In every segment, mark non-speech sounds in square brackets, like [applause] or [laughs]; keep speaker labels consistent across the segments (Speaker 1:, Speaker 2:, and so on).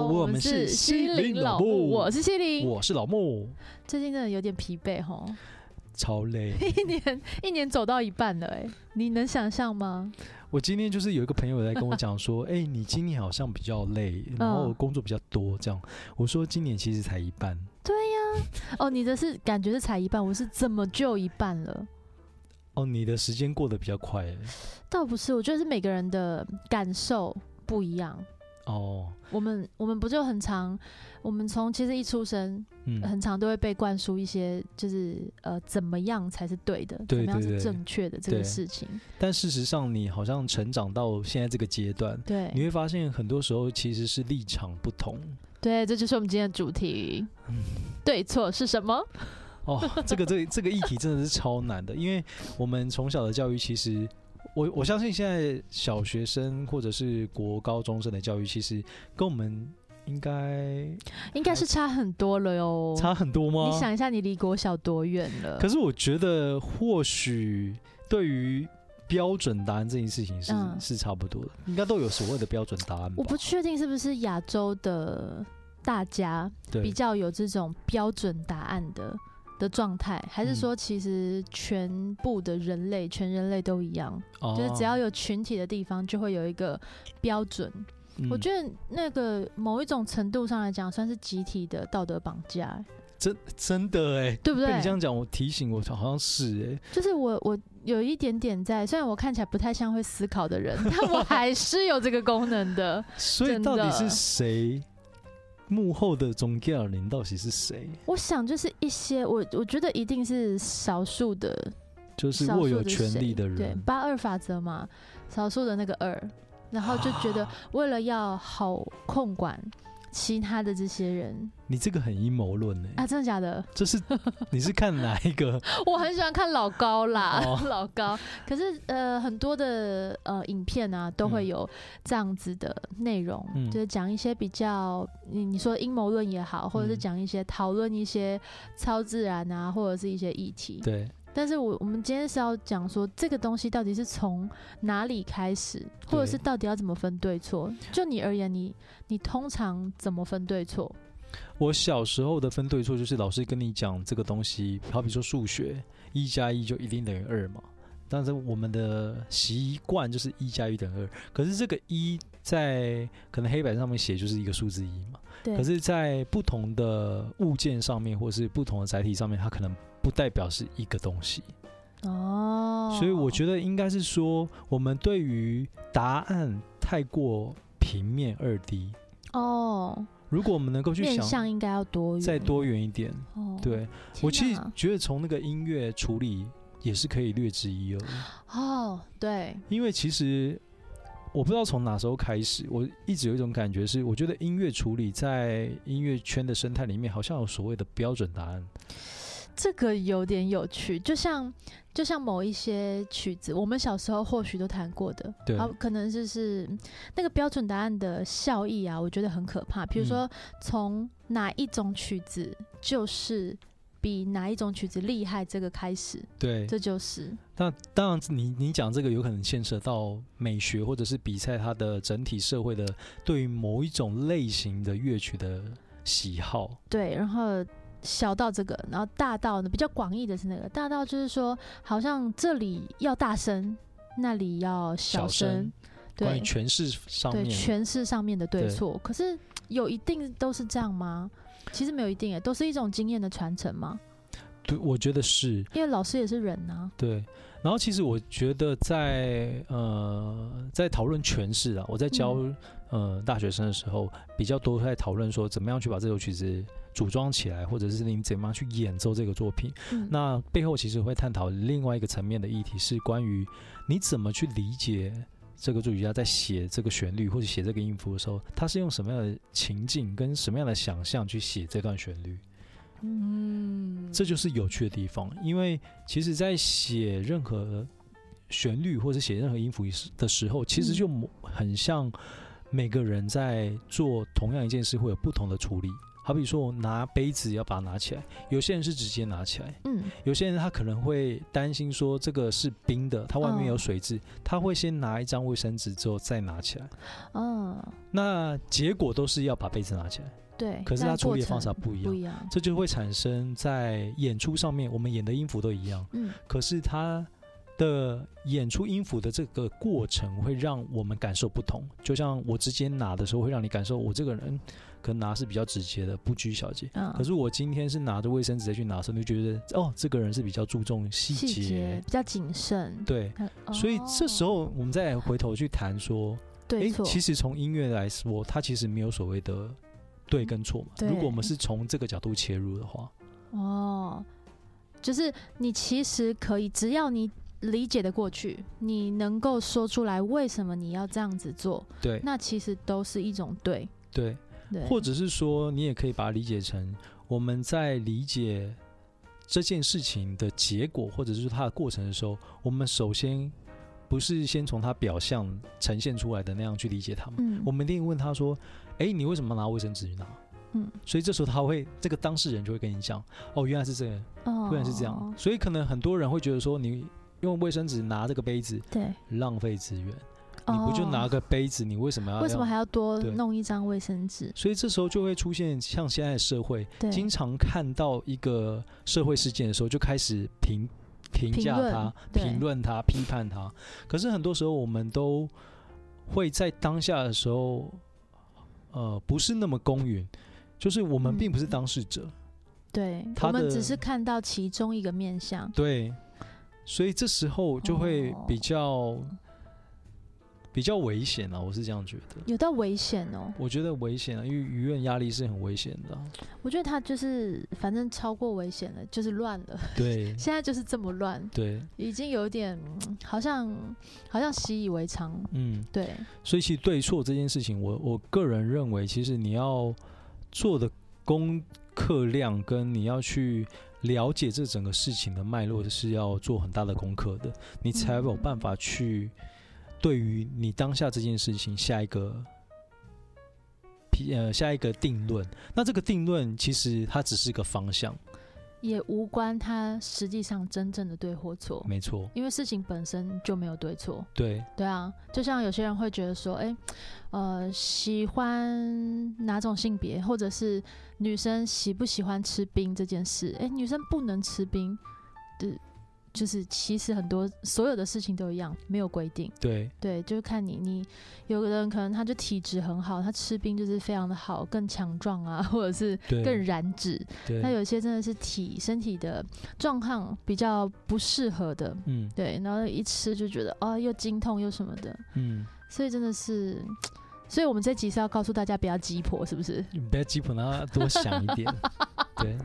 Speaker 1: 我们是西林老木
Speaker 2: 我是西林。
Speaker 1: 我是老木，
Speaker 2: 最近真的有点疲惫吼， [laughs]
Speaker 1: 超累。
Speaker 2: 一年一年走到一半了哎、你能想象吗？
Speaker 1: 我今天就是有一个朋友来跟我讲说，哎、你今年好像比较累，然后工作比较多这样。我说今年其实才一半，
Speaker 2: 哦，你的是感觉是才一半，我是怎么就一半了？
Speaker 1: 哦，你的时间过得比较快欸
Speaker 2: 倒不是，我觉得是每个人的感受不一样。
Speaker 1: 哦，
Speaker 2: 我们我们不就很常，我们从其实一出生，
Speaker 1: 嗯，
Speaker 2: 很常都会被灌输一些，就是呃怎么样才是对的，怎
Speaker 1: 对
Speaker 2: 么样
Speaker 1: 对
Speaker 2: 是
Speaker 1: 对
Speaker 2: 正确的这个
Speaker 1: 对
Speaker 2: 事情。
Speaker 1: 但事实上你好像成长到现在这个阶段。
Speaker 2: 对
Speaker 1: 你会发现，很多时候其实是立场不同
Speaker 2: 对，这就是我们今天的主题。
Speaker 1: 嗯
Speaker 2: 对错是什么？
Speaker 1: 哦。这个这个、这个议题真的是超难的，因为我们从小的教育，其实我我相信现在小学生或者是国高中生的教育，其实跟我们应该
Speaker 2: 应该是差很多了哟。
Speaker 1: 差很多吗？
Speaker 2: 你想一下，你离国小多远了？
Speaker 1: 可是我觉得，或许对于标准答案这件事情是、
Speaker 2: 嗯
Speaker 1: 是差不多的，应该都有所谓的标准答案吧
Speaker 2: 我？不确定是不是亚洲的大家
Speaker 1: 对
Speaker 2: 比，较有这种标准答案的的状态，还是
Speaker 1: 嗯
Speaker 2: 说其实全部的人类，全人类都一样，
Speaker 1: 哦
Speaker 2: 就是只要有群体的地方，就会有一个标准。我
Speaker 1: 得
Speaker 2: 觉得那个某一种程度上来讲，算是集体的道德绑架、欸
Speaker 1: 真真的哎、
Speaker 2: 对不对
Speaker 1: 被你这样讲，我提醒我好像是哎、
Speaker 2: 就是我我有一点点在，虽然我看起来不太像会思考的人，但我还是有这个功能的。
Speaker 1: 所以
Speaker 2: 真
Speaker 1: 到
Speaker 2: 的
Speaker 1: 底是谁？幕后的总监尔林到底是谁？
Speaker 2: 我想就是一些我我觉得一定是少数的，
Speaker 1: 就是
Speaker 2: 少
Speaker 1: 握
Speaker 2: 数
Speaker 1: 有
Speaker 2: 的
Speaker 1: 权力
Speaker 2: 谁
Speaker 1: 的
Speaker 2: 对
Speaker 1: 人，
Speaker 2: 八二法则嘛，少数的那个二，然后就觉
Speaker 1: [gasps]
Speaker 2: 得为了要好控管其他的这些人
Speaker 1: 你这个很阴谋论哎，
Speaker 2: 啊，真的假的？
Speaker 1: 这是 [laughs] 你是看哪
Speaker 2: [laughs]
Speaker 1: 一个？
Speaker 2: 我很喜欢看老高啦，
Speaker 1: 哦
Speaker 2: [laughs] 老高。可是呃，很多的呃影片啊，都会
Speaker 1: 嗯
Speaker 2: 有这样子的内容，
Speaker 1: 嗯
Speaker 2: 就是讲一些比较你你说阴谋论也好，或者是
Speaker 1: 嗯
Speaker 2: 讲一些讨论一些超自然啊，或者是一些议题。
Speaker 1: 对，
Speaker 2: 但是我我们今天是要讲说这个东西到底是从哪里开始，或者是到底要怎么分对错？就你而言，你你通常怎么分对错？
Speaker 1: 我小时候的分对错就是老师跟你讲这个东西，好比说数学，一加一就一定等于二嘛。但是我们的习惯就是一加一等于二，可是这个一在可能黑板上面写就是一个数字一嘛，
Speaker 2: 对
Speaker 1: 可是，在不同的物件上面或是不同的载体上面，它可能不代表是一个东西。
Speaker 2: 哦，
Speaker 1: 所以我觉得应该是说，我们对于答案太过平面二 D。
Speaker 2: 得哦，
Speaker 1: 如果我们能够去
Speaker 2: 面
Speaker 1: 想
Speaker 2: 向应该要多
Speaker 1: 再
Speaker 2: 元
Speaker 1: 多元一点，
Speaker 2: 哦，
Speaker 1: 对，
Speaker 2: 天
Speaker 1: 我其实
Speaker 2: 哪
Speaker 1: 觉得从那个音乐处理也是可以略知一二，
Speaker 2: 哦，对，
Speaker 1: 因为其实我不知道从哪时候开始，我一直有一种感觉是，我觉得音乐处理在音乐圈的生态里面好像有所谓的标准答案，
Speaker 2: 这个有点有趣，就像就像某一些曲子，我们小时候或许都弹过的，
Speaker 1: 对
Speaker 2: 好，可能就是那个标准答案的效益啊，我觉得很可怕。
Speaker 1: 嗯
Speaker 2: 比如说，从哪一种曲子就是比哪一种曲子厉害，这个开始，
Speaker 1: 对。
Speaker 2: 这就是
Speaker 1: 那当然你，你讲这个有可能牵涉到美学或者是比赛它的整体社会的对于某一种类型的乐曲的喜好，
Speaker 2: 对，然后。小到这个，然后大到呢比较广义的是那个大到就是说，好像这里要大声，那里要小
Speaker 1: 小声
Speaker 2: 声，对，
Speaker 1: 关于诠释上
Speaker 2: 对
Speaker 1: 面，
Speaker 2: 诠释上面的对
Speaker 1: 对
Speaker 2: 错。可是有一定都是这样吗？其实没有一定诶，欸都是一种经验的传承嘛。
Speaker 1: 对，我觉得是，
Speaker 2: 因为老师也是人啊呐、
Speaker 1: 对，然后其实我觉得在呃在讨论诠释啊，我在教、
Speaker 2: 嗯
Speaker 1: 呃大学生的时候，比较多在讨论说怎么样去把这首曲子组装起来，或者是你怎么样去演奏这个作品。
Speaker 2: 嗯
Speaker 1: 那背后其实会探讨另外一个层面的议题，是关于你怎么去理解。这个作曲家在写这个旋律或者写这个音符的时候，他是用什么样的情境跟什么样的想象去写这段旋律？
Speaker 2: 嗯，
Speaker 1: 这就是有趣的地方，因为其实，在写任何旋律或者写任何音符的时候，其实就很像每个人在做同样一件事会有不同的处理。好比说我拿杯子要把它拿起来，有些人是直接拿起来，
Speaker 2: 嗯，
Speaker 1: 有些人他可能会担心说这个是冰的，它外面有
Speaker 2: 哦
Speaker 1: 水渍，他会先拿一张卫生纸之后再拿起来。
Speaker 2: 哦，
Speaker 1: 那结果都是要把杯子拿起来，
Speaker 2: 对。
Speaker 1: 可是
Speaker 2: 但
Speaker 1: 它处理的
Speaker 2: 过
Speaker 1: 方法
Speaker 2: 程
Speaker 1: 不一
Speaker 2: 不
Speaker 1: 样，
Speaker 2: 一样，
Speaker 1: 这就会产生在演出上面，我们演的音符都一样，
Speaker 2: 嗯，
Speaker 1: 可是他的演出音符的这个过程会让我们感受不同。就像我直接拿的时候，会让你感受我这个人可能拿是比较直接的，不拘小节。
Speaker 2: 嗯
Speaker 1: 可是我今天是拿着卫生纸再去拿的时候，你就觉得哦，这个人是比较注重细节，
Speaker 2: 细节比哦较谨慎，呃
Speaker 1: 对。
Speaker 2: 对
Speaker 1: 所以这时候我们再回头去谈说，
Speaker 2: 对
Speaker 1: 诶，
Speaker 2: 错，
Speaker 1: 其实从音乐来说，它其实没有所谓的对跟错嘛。
Speaker 2: 对
Speaker 1: 如果我们是从这个角度切入的话，
Speaker 2: 哦，就是你其实可以，只要你理解的过去，你能够说出来为什么你要这样子做，
Speaker 1: 对
Speaker 2: 那其实都是一种对，
Speaker 1: 对，
Speaker 2: 对，
Speaker 1: 或者是说，你也可以把它理解成我们在理解这件事情的结果，或者是它的过程的时候，我们首先不是先从它表象呈现出来的那样去理解它嘛？
Speaker 2: 嗯，
Speaker 1: 我们一定问他说：“哎、你为什么拿卫生纸去拿？”
Speaker 2: 嗯，
Speaker 1: 所以这时候他会，这个当事人就会跟你讲：“哦，原来是这样，
Speaker 2: 哦
Speaker 1: 原来是这样。所以可能很多人会觉得说，你用卫生纸拿这个杯子
Speaker 2: 对，
Speaker 1: 浪费资源，
Speaker 2: 你
Speaker 1: 你不就拿个杯子，你为什么要
Speaker 2: 哦为什么
Speaker 1: 让
Speaker 2: 还要多
Speaker 1: 对
Speaker 2: 弄一张卫生纸？
Speaker 1: 所以这时候就会出现像现在的社会，
Speaker 2: 对，
Speaker 1: 经常看到一个社会事件的时候，就开始评评价它、
Speaker 2: 对
Speaker 1: 评论它、批判它。可是很多时候，我们都会在当下的时候，呃，不是那么公允，就是我们
Speaker 2: 嗯
Speaker 1: 并不是当事者，
Speaker 2: 对，
Speaker 1: 他
Speaker 2: 我们
Speaker 1: 的
Speaker 2: 只是看到其中一个面相，
Speaker 1: 对，所以这时候就会
Speaker 2: 哦
Speaker 1: 比较、比较危险啊，我是这样觉得。
Speaker 2: 有到危险哦、
Speaker 1: 我觉得危险啊，因为舆论压力是很危险的啊、
Speaker 2: 我觉得他就是反正超过危险了，就是乱了。 [laughs]
Speaker 1: 对
Speaker 2: 现在就是这么乱，
Speaker 1: 对，
Speaker 2: 已经有点嗯好像好像习以为常。
Speaker 1: 嗯。
Speaker 2: 对，
Speaker 1: 所以其实对错这件事情，我我个人认为，其实你要做的功课量跟你要去了解这整个事情的脉络是要做很大的功课的，你才有办法去对于你当下这件事情下一个。批呃，下一个定论，那这个定论其实它只是个方向，
Speaker 2: 也无关他实际上真正的对或错，
Speaker 1: 没错，
Speaker 2: 因为事情本身就没有对错。
Speaker 1: 对
Speaker 2: 对啊，就像有些人会觉得说，哎、呃，喜欢哪种性别，或者是女生喜不喜欢吃冰这件事，哎、女生不能吃冰的，就是其实很多所有的事情都一样，没有规定。
Speaker 1: 对
Speaker 2: 对，就是看你，你有的人可能他就体质很好，他吃冰就是非常的好，更强壮啊，或者是更
Speaker 1: 对
Speaker 2: 燃脂。那
Speaker 1: 对，
Speaker 2: 有些真的是体身体的状况比较不适合的，
Speaker 1: 嗯
Speaker 2: 对，然后一吃就觉得哦，又经痛又什么的，
Speaker 1: 嗯，
Speaker 2: 所以真的是，所以我们这集是要告诉大家不要鸡婆，是不是？
Speaker 1: 你不要鸡婆，让他多想一
Speaker 2: [laughs]
Speaker 1: 点，对，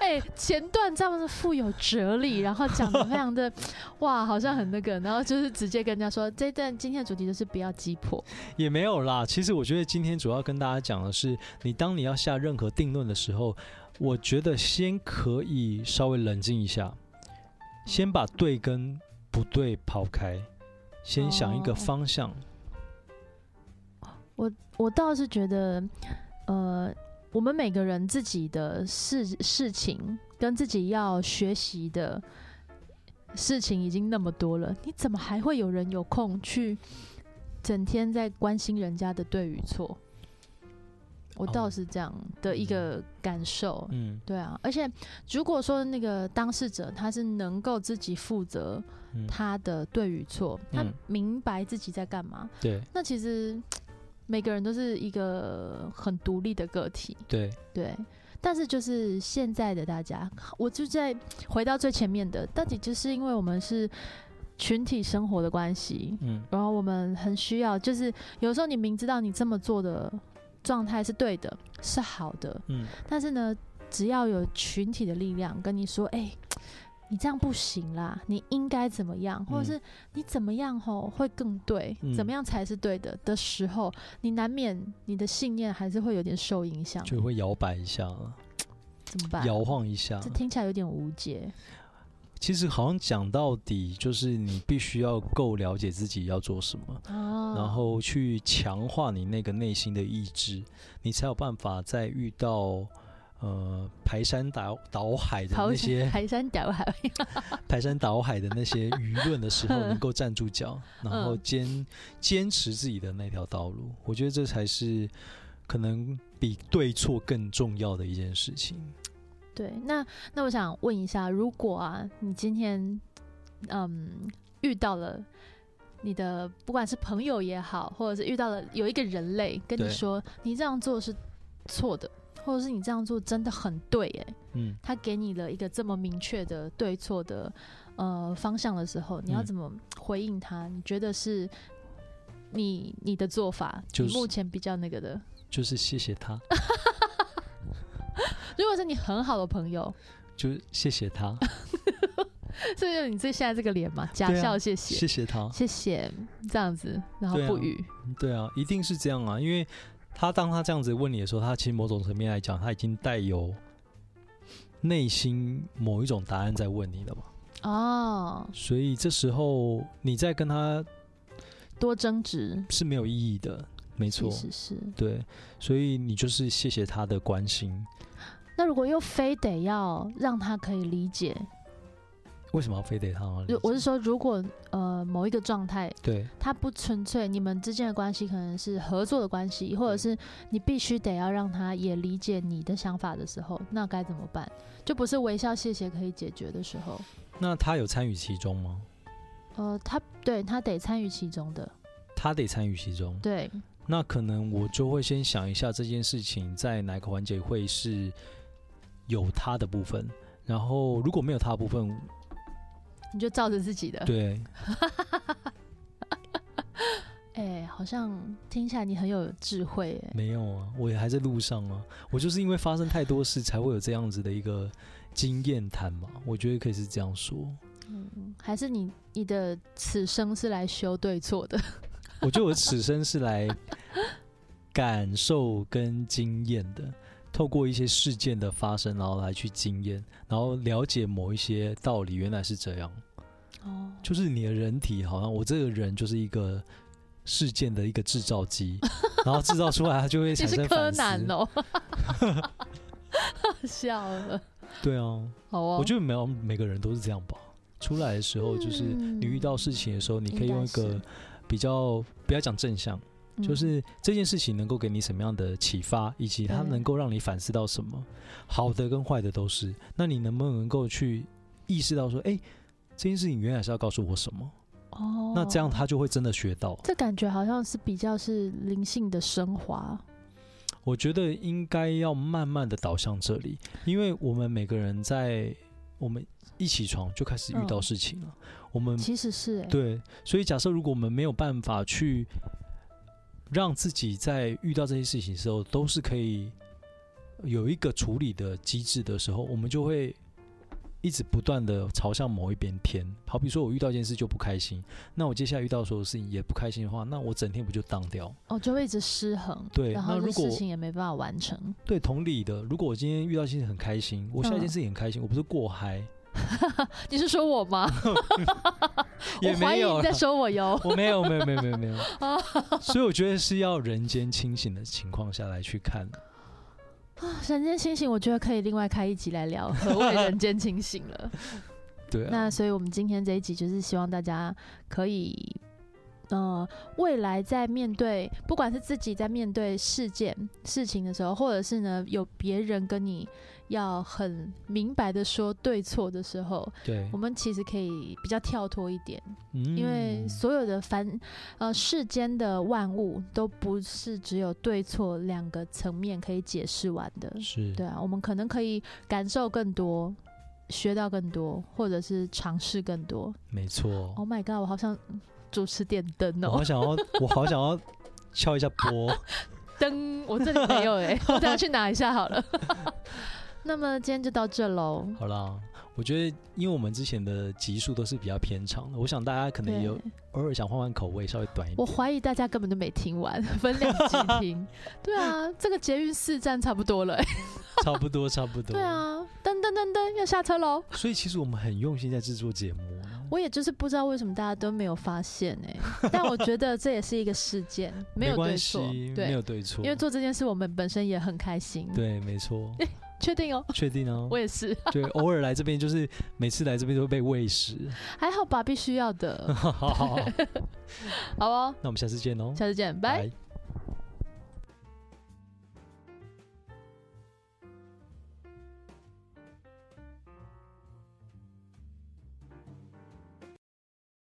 Speaker 2: 哎、前段这样子富有哲理，然后讲的非常的 [laughs] 哇，好像很那个，然后就是直接跟人家说，这一段今天的主题就是不要鸡婆，
Speaker 1: 也没有啦。其实我觉得今天主要跟大家讲的是，你当你要下任何定论的时候，我觉得先可以稍微冷静一下，先把对跟不对抛开，先想一个
Speaker 2: 哦
Speaker 1: 方向。
Speaker 2: 我倒是觉得，呃，我们每个人自己的事事情跟自己要学习的事情已经那么多了，你怎么还会有人有空去整天在关心人家的对与错？我倒
Speaker 1: 哦
Speaker 2: 是这样的一个感受。
Speaker 1: 嗯
Speaker 2: 对啊，而且如果说那个当事者他是能够自己负责
Speaker 1: 嗯，
Speaker 2: 他的对与错，他
Speaker 1: 嗯
Speaker 2: 明白自己在干嘛，
Speaker 1: 对
Speaker 2: 那其实每个人都是一个很独立的个体，
Speaker 1: 对，
Speaker 2: 对。但是就是现在的大家，我就在回到最前面的，到底就是因为我们是群体生活的关系，
Speaker 1: 嗯
Speaker 2: 然后我们很需要，就是有时候你明知道你这么做的状态是对的，是好的，
Speaker 1: 嗯
Speaker 2: 但是呢，只要有群体的力量跟你说，哎、你这样不行啦，你应该怎么样，或者是你怎么样吼会更对，
Speaker 1: 嗯
Speaker 2: 怎么样才是对的的时候，你难免你的信念还是会有点受影响，
Speaker 1: 就会摇摆一下，
Speaker 2: 怎么办？
Speaker 1: 摇晃一下
Speaker 2: 这。听起来有点无解。
Speaker 1: 其实好像讲到底，就是你必须要够了解自己要做什么，
Speaker 2: 啊
Speaker 1: 然后去强化你那个内心的意志，你才有办法在遇到呃排山倒倒海的
Speaker 2: 跑
Speaker 1: 那些
Speaker 2: 排山倒海，
Speaker 1: [laughs] 排山倒海的那些舆论的时
Speaker 2: [laughs]
Speaker 1: 候，
Speaker 2: 嗯
Speaker 1: 能够站住脚，然后
Speaker 2: 嗯
Speaker 1: 坚坚持自己的那条道路，我觉得这才是可能比对错更重要的一件事情。
Speaker 2: 对，那那我想问一下，如果啊，你今天嗯遇到了你的不管是朋友也好，或者是遇到了有一个人类跟你
Speaker 1: 对
Speaker 2: 说你这样做是错的，或者是你这样做真的很对，哎，
Speaker 1: 嗯，
Speaker 2: 他给你了一个这么明确的对错的呃方向的时候，你要
Speaker 1: 嗯
Speaker 2: 怎么回应他？你觉得是你你的做法，
Speaker 1: 就
Speaker 2: 你目
Speaker 1: 是
Speaker 2: 前比较那个的？
Speaker 1: 就是谢谢
Speaker 2: [laughs]
Speaker 1: 他，
Speaker 2: 如果是你很好的朋友， [laughs]
Speaker 1: 就是谢谢他，
Speaker 2: 所以你这现在这个脸嘛，假
Speaker 1: 对啊
Speaker 2: 笑谢谢。
Speaker 1: 谢谢他，
Speaker 2: 谢谢，这样子，然后
Speaker 1: 对啊
Speaker 2: 不语，
Speaker 1: 对啊，一定是这样啊，因为他当他这样子问你的时候，他其实某种层面来讲，他已经带有内心某一种答案在问你了嘛，
Speaker 2: 哦，
Speaker 1: 所以这时候你在跟他
Speaker 2: 多争执，
Speaker 1: 是没有意义的，没错
Speaker 2: 其，实是。
Speaker 1: 对，所以你就是谢谢他的关心。
Speaker 2: 那如果又非得要让他可以理解，
Speaker 1: 为什么要非得他呢？
Speaker 2: 就我是说，如果呃某一个状态，
Speaker 1: 对
Speaker 2: 它不纯粹你们之间的关系可能是合作的关系，或者
Speaker 1: 嗯
Speaker 2: 是你必须得要让他也理解你的想法的时候，那该怎么办？就不是微笑谢谢可以解决的时候，
Speaker 1: 那他有参与其中吗？
Speaker 2: 呃，他对他得参与其中的，
Speaker 1: 他得参与其中。
Speaker 2: 对，
Speaker 1: 那可能我就会先想一下这件事情在哪个环节会是有他的部分，然后如果没有他的部分，
Speaker 2: 你就照着自己的，
Speaker 1: 对，
Speaker 2: 哎、好像听起来你很有智慧哎、
Speaker 1: 没有啊，我也还在路上啊。我就是因为发生太多事，才会有这样子的一个经验谈嘛。我觉得可以是这样说。
Speaker 2: 嗯，还是你你的此生是来修对错的
Speaker 1: 我觉得我此生是来感受跟经验的，透过一些事件的发生，然后来去经验，然后了解某一些道理，原来是这样。
Speaker 2: 哦，
Speaker 1: 就是你的人体，好像我这个人就是一个事件的一个制造
Speaker 2: [laughs]
Speaker 1: 机，然后制造出来，它 [laughs] 就会
Speaker 2: 你
Speaker 1: 产
Speaker 2: 是
Speaker 1: 生
Speaker 2: 柯
Speaker 1: 反思。
Speaker 2: 南
Speaker 1: [laughs]
Speaker 2: 哦，笑了，
Speaker 1: 对啊，
Speaker 2: 好哦，
Speaker 1: 我觉得没有每个人都是这样吧。出来的时候，就是你遇到事情的时候，你可以用
Speaker 2: 嗯
Speaker 1: 一
Speaker 2: 应该
Speaker 1: 个
Speaker 2: 是
Speaker 1: 比较不要讲正向。
Speaker 2: 嗯
Speaker 1: 就是这件事情能够给你什么样的启发，以及它
Speaker 2: 对
Speaker 1: 能够让你反思到什么，好的跟坏的都是。那你能不能够去意识到说，哎、这件事情原来是要告诉我什么？
Speaker 2: 哦，
Speaker 1: 那这样他就会真的学到。
Speaker 2: 这感觉好像是比较是灵性的升华，
Speaker 1: 我觉得应该要慢慢的导向这里，因为我们每个人在我们一起床就开始遇到
Speaker 2: 嗯
Speaker 1: 事情了，我们
Speaker 2: 其实是哎、
Speaker 1: 嗯对，所以假设如果我们没有办法去让自己在遇到这些事情的时候，都是可以有一个处理的机制的时候，我们就会一直不断的朝向某一边偏。好比说，我遇到一件事就不开心，那我接下来遇到所有事情也不开心的话，那我整天不就荡掉？
Speaker 2: 哦，就会一直失衡，
Speaker 1: 对
Speaker 2: 然后
Speaker 1: 那
Speaker 2: 这
Speaker 1: 如果
Speaker 2: 事情也没办法完成，
Speaker 1: 对，同理的，如果我今天遇到一件事情很开心，我下一件
Speaker 2: 嗯
Speaker 1: 事情很开心，我不是过嗨，
Speaker 2: 你是说我吗？
Speaker 1: [laughs] 也
Speaker 2: 我怀
Speaker 1: 没
Speaker 2: 疑
Speaker 1: 有啊
Speaker 2: 你
Speaker 1: 啦
Speaker 2: 在说我哟，
Speaker 1: 我没有，没有，没有，没有，
Speaker 2: [laughs]
Speaker 1: 没有。所以我觉得是要人间清醒的情况下来去看。
Speaker 2: 人间清醒，我觉得可以另外开一集来聊何谓人间清醒了。
Speaker 1: 对啊，
Speaker 2: 那所以，我们今天这一集就是希望大家可以，呃，未来在面对，不管是自己在面对事件、事情的时候，或者是呢有别人跟你要很明白的说对错的时候，
Speaker 1: 对
Speaker 2: 我，们其实可以比较跳脱一点，
Speaker 1: 嗯
Speaker 2: 因为所有的凡呃世间的万物都不是只有对错两个层面可以解释完的，
Speaker 1: 是
Speaker 2: 对啊，我们可能可以感受更多，学到更多，或者是尝试更多。
Speaker 1: 没错。
Speaker 2: Oh my god！我好想嗯主持点灯
Speaker 1: 我好
Speaker 2: 哦，
Speaker 1: 想要，我好想要敲一下波。
Speaker 2: 灯我这里没有哎、我等下去拿一下好了。 [laughs] 那么今天就到这喽。
Speaker 1: 好啦，我觉得因为我们之前的集数都是比较偏长的，我想大家可能
Speaker 2: 对
Speaker 1: 有偶尔想换换口味，稍微短一
Speaker 2: 我
Speaker 1: 点。
Speaker 2: 怀疑大家根本就没听完，分两集听。对啊，这个捷运四站差不多了、欸，
Speaker 1: 差不多差不多。
Speaker 2: 对，啊，噔噔噔噔，要下车喽！
Speaker 1: 所以其实我们很用心在制作节目啊。
Speaker 2: 我也就是不知道为什么大家都没有发现哎、但我觉得这也是一个事件，没有对
Speaker 1: 关
Speaker 2: 错
Speaker 1: 系，，没
Speaker 2: 对
Speaker 1: 有，对错，
Speaker 2: 因为做这件事我们本身也很开心，，
Speaker 1: 对，
Speaker 2: [laughs]
Speaker 1: 没错，
Speaker 2: 确定哦，
Speaker 1: 确定哦
Speaker 2: 我。也是，
Speaker 1: 对，偶尔来这边就是每次来这边都会被
Speaker 2: [laughs]
Speaker 1: 喂食。
Speaker 2: 还好吧，必须要的，
Speaker 1: [laughs] 好好好，
Speaker 2: 好哦，
Speaker 1: 那我们下次见哦，
Speaker 2: 下次见，拜。
Speaker 1: 拜